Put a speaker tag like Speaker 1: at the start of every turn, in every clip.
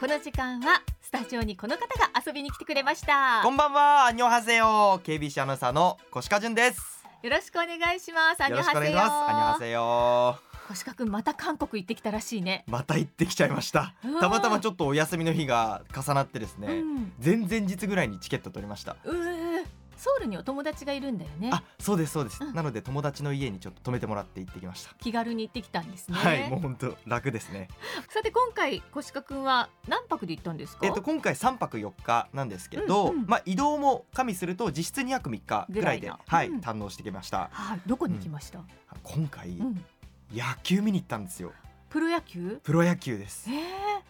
Speaker 1: この時間はスタジオにこの方が遊びに来てくれました
Speaker 2: こんばんは、アンニョハセヨ、KBC アナウンサーの越川潤です。
Speaker 1: よろしくお願いします
Speaker 2: よろしくお願いします。アンニョハセヨ、
Speaker 1: 越川君また韓国行ってきたらしいね
Speaker 2: また行ってきちゃいました
Speaker 1: うわ。ー
Speaker 2: たまたまちょっとお休みの日が重なってです
Speaker 1: う
Speaker 2: ね、
Speaker 1: ん、
Speaker 2: 前々日ぐらいにチケット取りました。
Speaker 1: うーソウルにお友達がいるんだよね
Speaker 2: あ、そうですそうです。
Speaker 1: うん
Speaker 2: なので友達の家にちょっと泊めてもらって行ってきました。
Speaker 1: 気軽に行ってきたんですね、
Speaker 2: はい、もう本当楽ですね。
Speaker 1: さて今回越川君は何泊で行ったんですか、
Speaker 2: えっと今回3泊4日なんですけど、
Speaker 1: うんうん
Speaker 2: まあ移動も加味すると実質2泊3日ぐらいで
Speaker 1: ぐらいの
Speaker 2: はい、
Speaker 1: うん
Speaker 2: 堪能してきました。
Speaker 1: はい、どこに行きました、
Speaker 2: 今回、
Speaker 1: うん
Speaker 2: 野球見に行ったんですよ。
Speaker 1: プロ野球
Speaker 2: プロ野球です
Speaker 1: え。ー、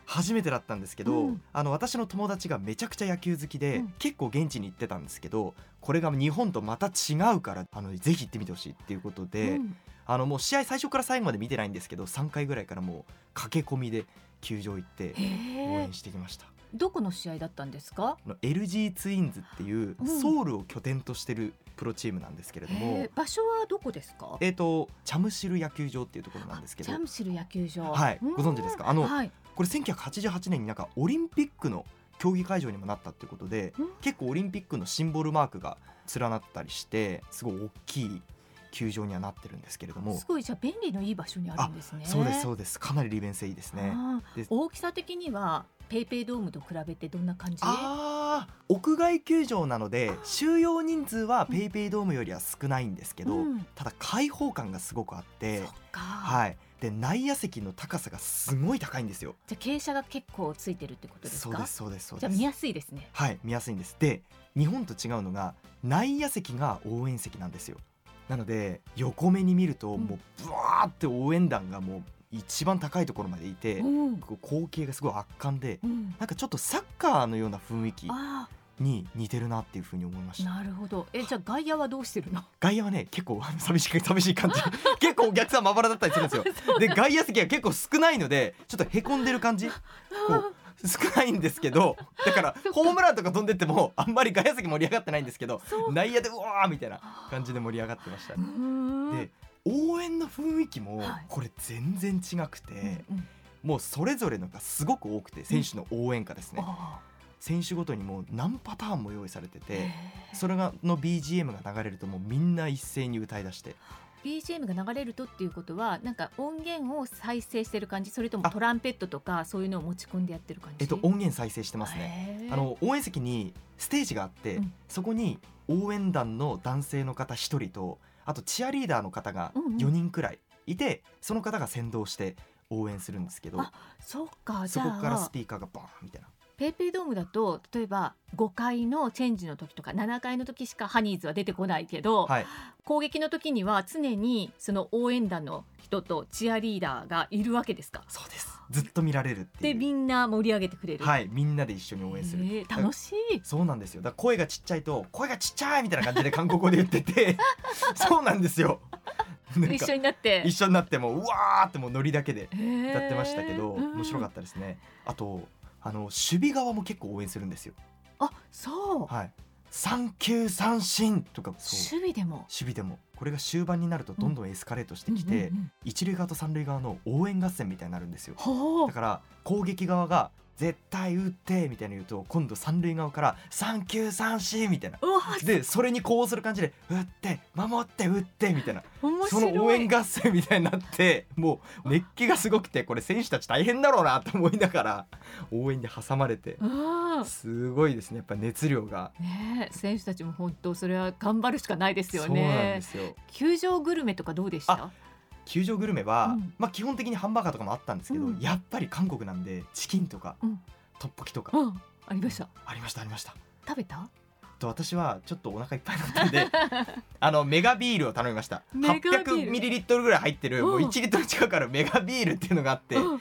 Speaker 2: 初めてだったんですけど、
Speaker 1: うん
Speaker 2: あの私の友達がめちゃくちゃ野球好きで、
Speaker 1: うん
Speaker 2: 結構現地に行ってたんですけどこれが日本とまた違うからあのぜひ行ってみてほしいっていうことで、
Speaker 1: うん
Speaker 2: あのもう試合最初から最後まで見てないんですけど3回ぐらいからもう駆け込みで球場行って
Speaker 1: へ
Speaker 2: 応
Speaker 1: え
Speaker 2: 援してきました。
Speaker 1: どこの試合だったんですか
Speaker 2: あの LG ツインズっていう
Speaker 1: うん
Speaker 2: ソウルを拠点としてるプロチームなんですけれども、
Speaker 1: へー場所はどこですか
Speaker 2: えっ、とチャムシル野球場っていうところなんですけ
Speaker 1: あ
Speaker 2: ど
Speaker 1: チャムシル野球場
Speaker 2: はい
Speaker 1: うん
Speaker 2: ご存知ですかあの
Speaker 1: はい
Speaker 2: これ1988年になんかオリンピックの競技会場にもなったっていうことで
Speaker 1: うん
Speaker 2: 結構オリンピックのシンボルマークが連なったりしてすごい大きい球場にはなってるんですけれども
Speaker 1: す、ごいじゃあ便利のいい場所にあるんですね
Speaker 2: そうです
Speaker 1: う
Speaker 2: そうですかなり利便性いいですね。で
Speaker 1: 大きさ的にはペイペイドームと比べてどんな感じ
Speaker 2: あー屋外球場なので
Speaker 1: あー
Speaker 2: 収容人数はペイペイドームよりは少ないんですけど、
Speaker 1: うん
Speaker 2: ただ開放感がすごくあっ
Speaker 1: そ
Speaker 2: て
Speaker 1: っ、か、
Speaker 2: はい、で内野席の高さがすごい高いんですよ。
Speaker 1: じゃあ傾斜が結構ついてるってことです
Speaker 2: そ
Speaker 1: か
Speaker 2: うですそうですそう
Speaker 1: じゃ
Speaker 2: で
Speaker 1: あ
Speaker 2: す
Speaker 1: 見。やすいですね
Speaker 2: はい見やすいんですで日本と違うのが内野席が応援席なんですよなので横目に見ると
Speaker 1: うん
Speaker 2: もうブワーって応援団がもう一番高いところまでいて、
Speaker 1: うん
Speaker 2: こう光景がすごい圧巻で
Speaker 1: うん
Speaker 2: なんかちょっとサッカーのような雰囲気
Speaker 1: あ
Speaker 2: に似てるなっていうふうに思いま
Speaker 1: あ
Speaker 2: した
Speaker 1: なるほどえじゃあ外野はどうしてるの
Speaker 2: 外野はね結構あの寂しい 寂しい 感じ結構お客さんまばらだったりするんですよで外野席が結構少ないのでちょっとへこんでる 感じこう少ないんですけどだからホームランとか飛んでってもあんまり外野席盛り上がってないんですけど
Speaker 1: そう
Speaker 2: 内野でうわーみたいな感じで盛り上がってました
Speaker 1: うーん
Speaker 2: で応援の雰囲気も
Speaker 1: はい
Speaker 2: これ全然違くて、
Speaker 1: うんうん
Speaker 2: もうそれぞれのがすごく多くて選手の応援歌ですね、
Speaker 1: あ
Speaker 2: 選手ごとにもう何パターンも用意されて
Speaker 1: ー
Speaker 2: て
Speaker 1: へー
Speaker 2: それがの BGM が流れるともうみんな一斉に歌い出して
Speaker 1: BGM が流れるとっていうことはなんか音源を再生してる感じそれともトランペットとかそういうのを持ち込んでやってる感じ
Speaker 2: えっと音源再生してますね
Speaker 1: ね
Speaker 2: あの応援席にステージがあって、
Speaker 1: うん
Speaker 2: そこに応援団の男性の方1人とあとチアリーダーの方が
Speaker 1: うんうん
Speaker 2: 4人くらいいて、その方が先導して応援するんですけど
Speaker 1: あそっかじ
Speaker 2: そ
Speaker 1: ゃ
Speaker 2: こから
Speaker 1: あ
Speaker 2: スピーカーがバーンみたいな
Speaker 1: ペイペイドームだと例えば5階のチェンジの時とか7階の時しかハニーズは出てこないけど、
Speaker 2: はい
Speaker 1: 攻撃の時には常にその応援団の人とチアリーダーがいるわけですか
Speaker 2: そうですずっと見られるって
Speaker 1: で
Speaker 2: いう
Speaker 1: みんな盛り上げてくれる、
Speaker 2: はいみんなで一緒に応援する、
Speaker 1: へー楽しい
Speaker 2: そうなんですよだから声がちっちゃいと声がちっちゃいみたいな感じで韓国語で言ってて そうなんですよなんか
Speaker 1: 一緒になって
Speaker 2: 一緒になってもううわーってもうノリだけで歌
Speaker 1: 歌
Speaker 2: ってましたけど、面白か
Speaker 1: っ
Speaker 2: ったですねあとあの守備側も結構応援するんですよ
Speaker 1: た、あそう
Speaker 2: はい三球三振とかそう
Speaker 1: 守備でも
Speaker 2: 守備でもこれが終盤になるとどんどんエスカレートしてき
Speaker 1: うんうん
Speaker 2: て、
Speaker 1: うん
Speaker 2: 一塁側と三塁側の応援合戦みたいになるんですよ
Speaker 1: ほう
Speaker 2: だから攻撃側が絶対打ってみたいに言うと今度三塁側から三球三振みたいな
Speaker 1: うわ
Speaker 2: でそれにこうする感じで打って守って打ってみたいな
Speaker 1: 面
Speaker 2: そ
Speaker 1: 白い
Speaker 2: の応援合戦みたいになってもう熱気がすごくてこれ選手たち大変だろうなと思いながら応援に挟まれて
Speaker 1: うん
Speaker 2: すごいですねやっぱ熱量が。
Speaker 1: ねえ選手たちも本当それは頑張るしかないですよ
Speaker 2: そうなん
Speaker 1: ね
Speaker 2: ですよ
Speaker 1: 球場グルメとかどうでした
Speaker 2: 球場グルメは、
Speaker 1: うん
Speaker 2: まあ、基本的にハンバーガーとかもあったんですけど、
Speaker 1: うん
Speaker 2: やっぱり韓国なんでチキンとか、
Speaker 1: うん
Speaker 2: トッポキとか、
Speaker 1: うんありました
Speaker 2: ありましたありました。
Speaker 1: 食べた
Speaker 2: と私はちょっとお腹いっぱいだった んであのメガビールを頼みました
Speaker 1: メガビール
Speaker 2: 800ミリリットルぐらい入ってるもう
Speaker 1: うん
Speaker 2: 1リットル近くあるメガビールっていうのがあって
Speaker 1: うん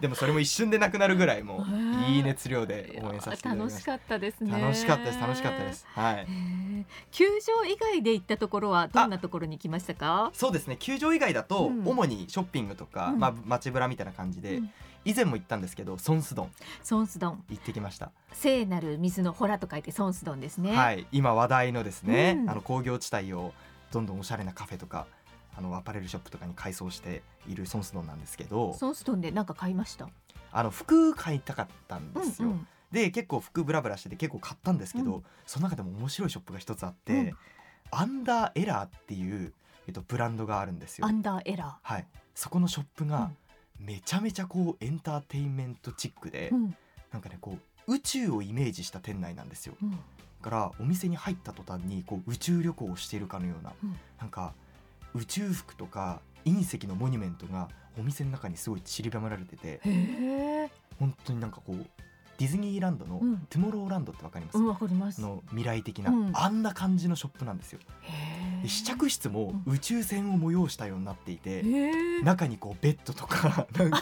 Speaker 2: でもそれも一瞬でなくなるぐらいもう
Speaker 1: へえ
Speaker 2: いい熱量で応援させていただきま
Speaker 1: 楽
Speaker 2: し
Speaker 1: したかったですね
Speaker 2: 楽しかったです楽しかったですはい
Speaker 1: へえ球場以外で行ったところはどんなところに行きましたか
Speaker 2: そうですね球場以外だと、
Speaker 1: うん
Speaker 2: 主にショッピングとか、
Speaker 1: うん
Speaker 2: まあ、街ぶらみたいな感じで、
Speaker 1: うん
Speaker 2: 以前も行ったんですけどソンスドン
Speaker 1: ソンスドン
Speaker 2: 行ってきました、
Speaker 1: 聖なる水のほらと書いてソンスドンですね
Speaker 2: はいい今話題のですね、
Speaker 1: うん
Speaker 2: あの工業地帯をどんどんおしゃれなカフェとかあのアパレルショップとかに改装しているソンスドンなんですけど
Speaker 1: ソンスドンで何か買いました
Speaker 2: あの服買いたかったんですよ、
Speaker 1: うんうん
Speaker 2: で結構服ブラブラしてて結構買ったんですけど、
Speaker 1: う
Speaker 2: その中でも面白いショップが一つあって、
Speaker 1: うん
Speaker 2: アンダーエラーっていう、えっと、ブランドがあるんですよ
Speaker 1: ア。ンダーエラ
Speaker 2: はい、そこのショップ
Speaker 1: う
Speaker 2: が
Speaker 1: ん
Speaker 2: めちゃめちゃこうエンターテインメントチックで、
Speaker 1: ー、うん
Speaker 2: なんかねこう宇宙をイメージした店内なんですよ。
Speaker 1: うん、
Speaker 2: だからお店に入った途端にこう宇宙旅行をしているかのような、
Speaker 1: うん
Speaker 2: なんか宇宙服とか隕石のモニュメントがお店の中にすごい散りばめられてて
Speaker 1: へえ、
Speaker 2: 本当になんかこうディズニーランドの
Speaker 1: うん
Speaker 2: トゥモローランドってわかります、
Speaker 1: うん、わかります。
Speaker 2: の未来的な、
Speaker 1: うん
Speaker 2: あんな感じのショップなんですよ。
Speaker 1: へ
Speaker 2: で
Speaker 1: え
Speaker 2: 試着室も宇宙船を催したようになっていて、
Speaker 1: へえ、
Speaker 2: 中にこうベッドとか なんか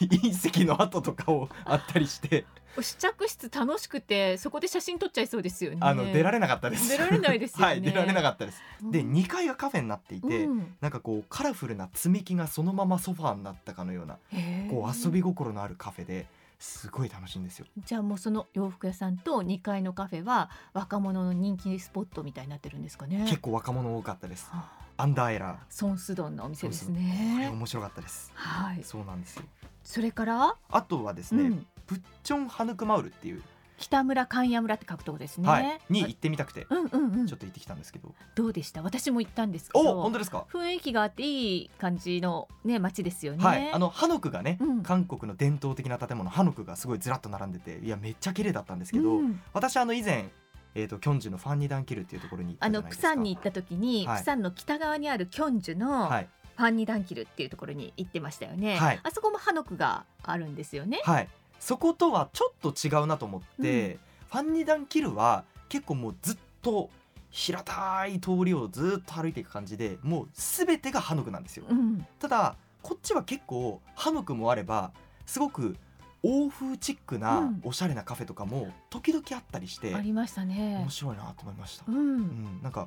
Speaker 2: 隕石の跡とかをあったりして
Speaker 1: 試着室楽しくてそこで写真撮っちゃいそうですよね。
Speaker 2: あの出られなかったです
Speaker 1: 出られないですよね
Speaker 2: はい出られなかったです
Speaker 1: うん
Speaker 2: で2階がカフェになっていて、
Speaker 1: うん
Speaker 2: なんかこうカラフルな積み木がそのままソファーになったかのような
Speaker 1: へえ
Speaker 2: こう遊び心のあるカフェですごい楽しいんですよ
Speaker 1: じゃあもうその洋服屋さんと2階のカフェは若者の人気スポットみたいになってるんですかね。
Speaker 2: 結構若者多かったです
Speaker 1: はあ
Speaker 2: アンダーエラー
Speaker 1: ソンスドンのお店です
Speaker 2: これ
Speaker 1: ね。
Speaker 2: 面白かったです
Speaker 1: はい。
Speaker 2: そうなんですよ
Speaker 1: それから、
Speaker 2: あとはです
Speaker 1: う
Speaker 2: ね、
Speaker 1: ん、
Speaker 2: プッチョンハヌクマウルっていう、
Speaker 1: 北村関谷村って書くとこですね。
Speaker 2: はいに行ってみたくて
Speaker 1: あうんうんうん
Speaker 2: ちょ。っと行ってきたんですけど
Speaker 1: どうでした？私も行ったんですけ
Speaker 2: お本
Speaker 1: ど、
Speaker 2: 当ですか
Speaker 1: 雰囲気があっていい感じのね街ですよね。
Speaker 2: はい、あのハノクがね、
Speaker 1: うん
Speaker 2: 韓国の伝統的な建物ハノクがすごいずらっと並んでていやめっちゃ綺麗だったんですけど、
Speaker 1: うん
Speaker 2: 私あの以前、えー、とキョンジュのファンニダンキルっていうところに行った
Speaker 1: あ
Speaker 2: じ
Speaker 1: の
Speaker 2: ゃないで
Speaker 1: 釜
Speaker 2: すか
Speaker 1: 山に行った時に、
Speaker 2: は
Speaker 1: 釜
Speaker 2: い
Speaker 1: 山の北側にあるキョンジュの
Speaker 2: はい、
Speaker 1: パンニダンキルっていうところに行ってましたよね、
Speaker 2: はい
Speaker 1: あそこもハノクがあるんですよね、
Speaker 2: はい、そことはちょっと違うなと思って、ファンニダンキルは結構もうずっと平たい通りをずっと歩いていく感じでもう全てがハノクなんですよ、
Speaker 1: うん、
Speaker 2: ただこっちは結構ハノクもあればすごく欧風チック
Speaker 1: う
Speaker 2: なんおしゃれなカフェとかも時々あったりして、
Speaker 1: ありましたね
Speaker 2: 面白いなと思いました
Speaker 1: う、、
Speaker 2: うんん、なんか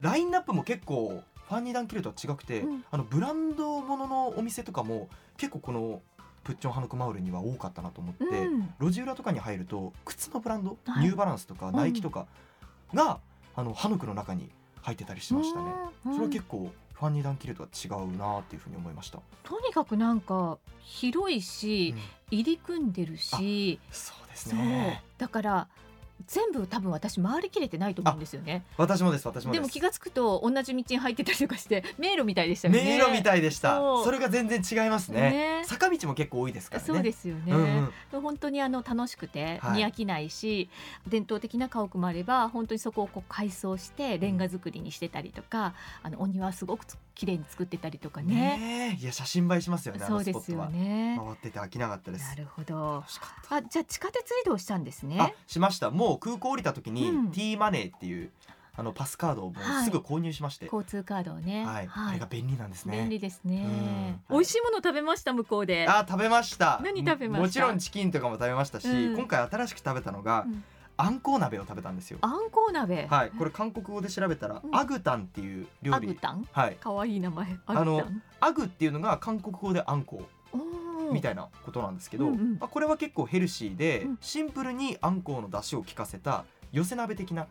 Speaker 2: ラインナップも結構ファンニダンキルとは違くて、
Speaker 1: うん
Speaker 2: あのブランドもののお店とかも結構このプッチョンハノクマウルには多かったなと思って、
Speaker 1: うん
Speaker 2: 路地裏とかに入ると靴のブランド、
Speaker 1: はい
Speaker 2: ニューバランスとかナイキとかが、あのハノクの中に入ってたりしましたね、
Speaker 1: うん
Speaker 2: それは結構ファンニダンキルとは違うなっていうふうに思いました、
Speaker 1: とにかくなんか広いうし
Speaker 2: ん、
Speaker 1: 入り組んでるし、
Speaker 2: そうです
Speaker 1: そう
Speaker 2: ね
Speaker 1: だから全部多分私回りきれてないと思うんですよね
Speaker 2: 私もです私も
Speaker 1: で
Speaker 2: で
Speaker 1: も
Speaker 2: す
Speaker 1: 気がつくと同じ道に入ってたりとかして迷路みたいでしたよね
Speaker 2: 迷路みたいでした
Speaker 1: そ
Speaker 2: そうれが全然違いますね
Speaker 1: ね
Speaker 2: 坂道も結構多いですからね
Speaker 1: そうですよね、
Speaker 2: うんうん
Speaker 1: 本当にあの楽しくて
Speaker 2: はい
Speaker 1: 見飽きないし、伝統的な家屋もあれば本当にそこをこう改装してレンガ造りにしてたりとか、あのお庭すごくつ綺麗に作ってたりとかね
Speaker 2: ねえいや写真映えしますよねあ
Speaker 1: そ
Speaker 2: の
Speaker 1: う
Speaker 2: ス
Speaker 1: で
Speaker 2: ポッ
Speaker 1: す
Speaker 2: ト
Speaker 1: よ
Speaker 2: は、
Speaker 1: ね
Speaker 2: 回ってて飽きなかったです
Speaker 1: なるほど
Speaker 2: 楽しかっ
Speaker 1: あじゃあ地下鉄移動したんです
Speaker 2: たあ
Speaker 1: ね
Speaker 2: しましたもう空港降りた時に、
Speaker 1: うん
Speaker 2: T マネーっていうあのパスカードをも
Speaker 1: はいう
Speaker 2: すぐ購入しまして、はい
Speaker 1: 交通カードをね
Speaker 2: あれが便利なんですね
Speaker 1: 便利ですね、
Speaker 2: うん
Speaker 1: 美味しいもの食べました向こうで
Speaker 2: あ食べました
Speaker 1: 何食べました
Speaker 2: ももちろんチキンとかも食べましたし、
Speaker 1: うん
Speaker 2: 今回新しく食べたのが、
Speaker 1: うん
Speaker 2: あんこう鍋を食べたんですよ
Speaker 1: あんこう鍋、
Speaker 2: はいこれ韓国語で調べたら、
Speaker 1: うん
Speaker 2: アグタンっていう料
Speaker 1: アグ
Speaker 2: 理
Speaker 1: タン
Speaker 2: はい
Speaker 1: 可愛い名前アグタン
Speaker 2: あのアグっていうのが韓国語であんこ
Speaker 1: おー
Speaker 2: みたいなことなんですけど、
Speaker 1: うんうん
Speaker 2: まあ、これは結構ヘルシーで、
Speaker 1: うん
Speaker 2: シンプルにあんこうの出汁を効かせた寄せ鍋的な
Speaker 1: へ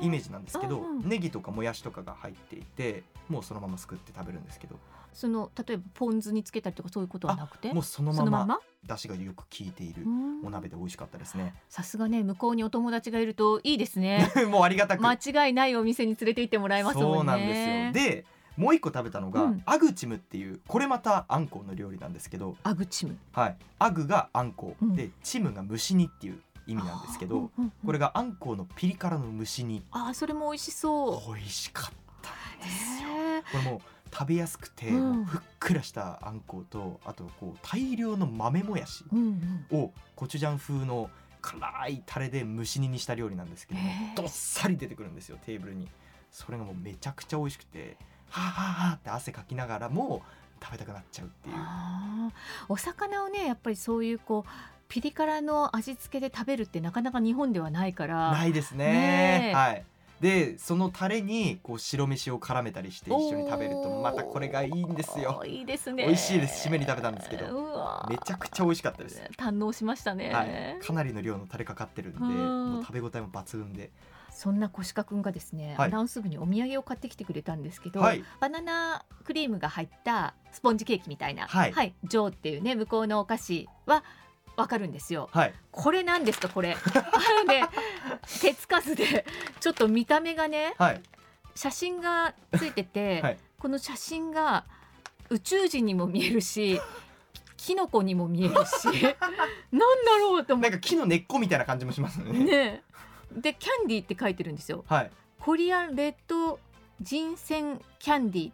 Speaker 1: ー
Speaker 2: イメージなんですけど、
Speaker 1: うんうん
Speaker 2: ネギとかもやしとかが入っていてもうそのまますくって食べるんですけど
Speaker 1: その例えばポン酢につけたりとかそういうことはなくて
Speaker 2: もうその
Speaker 1: そ
Speaker 2: ま
Speaker 1: の
Speaker 2: ま
Speaker 1: まま
Speaker 2: 出汁がよく効いている
Speaker 1: うん
Speaker 2: お鍋で美味しかったですね、
Speaker 1: さすがね向こうにお友達がいるといいですね
Speaker 2: もうありがたく、
Speaker 1: 間違いないお店に連れて行ってもらえますもんね
Speaker 2: そうなんですよでもう一個食べたのが、
Speaker 1: うん
Speaker 2: アグチムっていうこれまたあんこうの料理なんですけど、
Speaker 1: アグチム
Speaker 2: はい、アグがあんこう、
Speaker 1: うん
Speaker 2: でチムが蒸し煮っていう意味なんですけど、
Speaker 1: うんうんうん
Speaker 2: これがあんこうのピリ辛の蒸し煮
Speaker 1: あーそれも美味しそ
Speaker 2: 美味しかっ
Speaker 1: う
Speaker 2: たですよ
Speaker 1: へー
Speaker 2: これもう食べやすくて、
Speaker 1: うん
Speaker 2: もうふっくらしたあんこうとあとこう大量の豆もやし
Speaker 1: うんうん
Speaker 2: をコチュジャン風の辛いタレで蒸し煮にした料理なんですけども
Speaker 1: へー
Speaker 2: どっさり出てくるんですよテーブルにそれがもうめちゃくちゃ美味しくてはあはあはあって汗かきながらも食べたくなっちゃうっていう
Speaker 1: あーお魚をねやっぱりそういうこうピリ辛の味付けで食べるってなかなか日本ではないから
Speaker 2: ないですね
Speaker 1: ねえ
Speaker 2: はいでそのタレにこう白飯を絡めたりして一緒に食べると
Speaker 1: おー
Speaker 2: またこれがいいんですよ
Speaker 1: いいですね
Speaker 2: 美味しいです締めに食べたんですけど
Speaker 1: うわー
Speaker 2: めちゃくちゃ美味しかったです
Speaker 1: 堪能しましたね、
Speaker 2: はい、かなりの量のタレかかってるんで、
Speaker 1: うん
Speaker 2: もう食べ応えも抜群で
Speaker 1: そんな小鹿くんがですね、
Speaker 2: はい
Speaker 1: アナウンス部にお土産を買ってきてくれたんですけど、
Speaker 2: はい
Speaker 1: バナナクリームが入ったスポンジケーキみたいな、
Speaker 2: はい
Speaker 1: ジョーっていうね向こうのお菓子はわかるんですよ。
Speaker 2: はい
Speaker 1: これなんですかこ れ。あのね手つかずでちょっと見た目がね
Speaker 2: はい
Speaker 1: 写真がついてて、
Speaker 2: はい
Speaker 1: この写真が宇宙人にも見える しキノコにも見えるしなんだろうと思
Speaker 2: な
Speaker 1: っ
Speaker 2: んか木の根っこみたいな感じもします
Speaker 1: て
Speaker 2: ね
Speaker 1: ねでキャンディーって書いてるんですよ
Speaker 2: はい
Speaker 1: コリアンレッド人選キャンディー、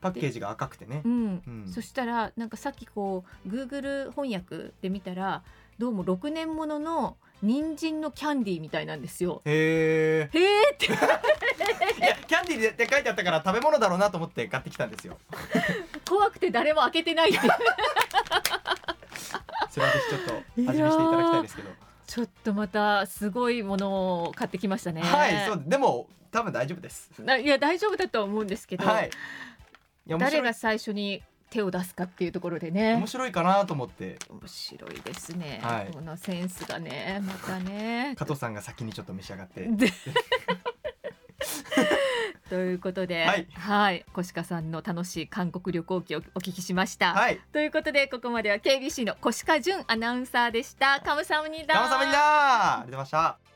Speaker 2: パッケージが赤くてね
Speaker 1: う、ん
Speaker 2: うん、
Speaker 1: そしたらなんかさっきこう Google 翻訳で見たらどうも6年ものの人参のキャンディーみたいなんですよ
Speaker 2: へえ
Speaker 1: へえって
Speaker 2: いやキャンディーって書いてあったから食べ物だろうなと思って買ってきたんですよ
Speaker 1: 怖くて誰も開けてないって
Speaker 2: それはぜひちょっと味見していただきたいですけど
Speaker 1: ちょっとまたすごいものを買ってきましたね
Speaker 2: はいそうでも多分大丈夫です
Speaker 1: ないや大丈夫だとは思うんですけど、
Speaker 2: はいいや面
Speaker 1: 誰
Speaker 2: 白
Speaker 1: が
Speaker 2: い
Speaker 1: 最初に手を出すかっていうところでね
Speaker 2: 面白いかなと思って
Speaker 1: 面白いですね、
Speaker 2: はい
Speaker 1: このセンスがねまたね
Speaker 2: 加藤さんが先にちょっと召し上がって
Speaker 1: で ということで、
Speaker 2: はい
Speaker 1: はい、小鹿さんの楽しい韓国旅行記をお聞きしました。
Speaker 2: はい
Speaker 1: ということでここまでは KBC の小鹿純アナウンサーでした。カムサムニダ
Speaker 2: ガムサムニダーありがとうございました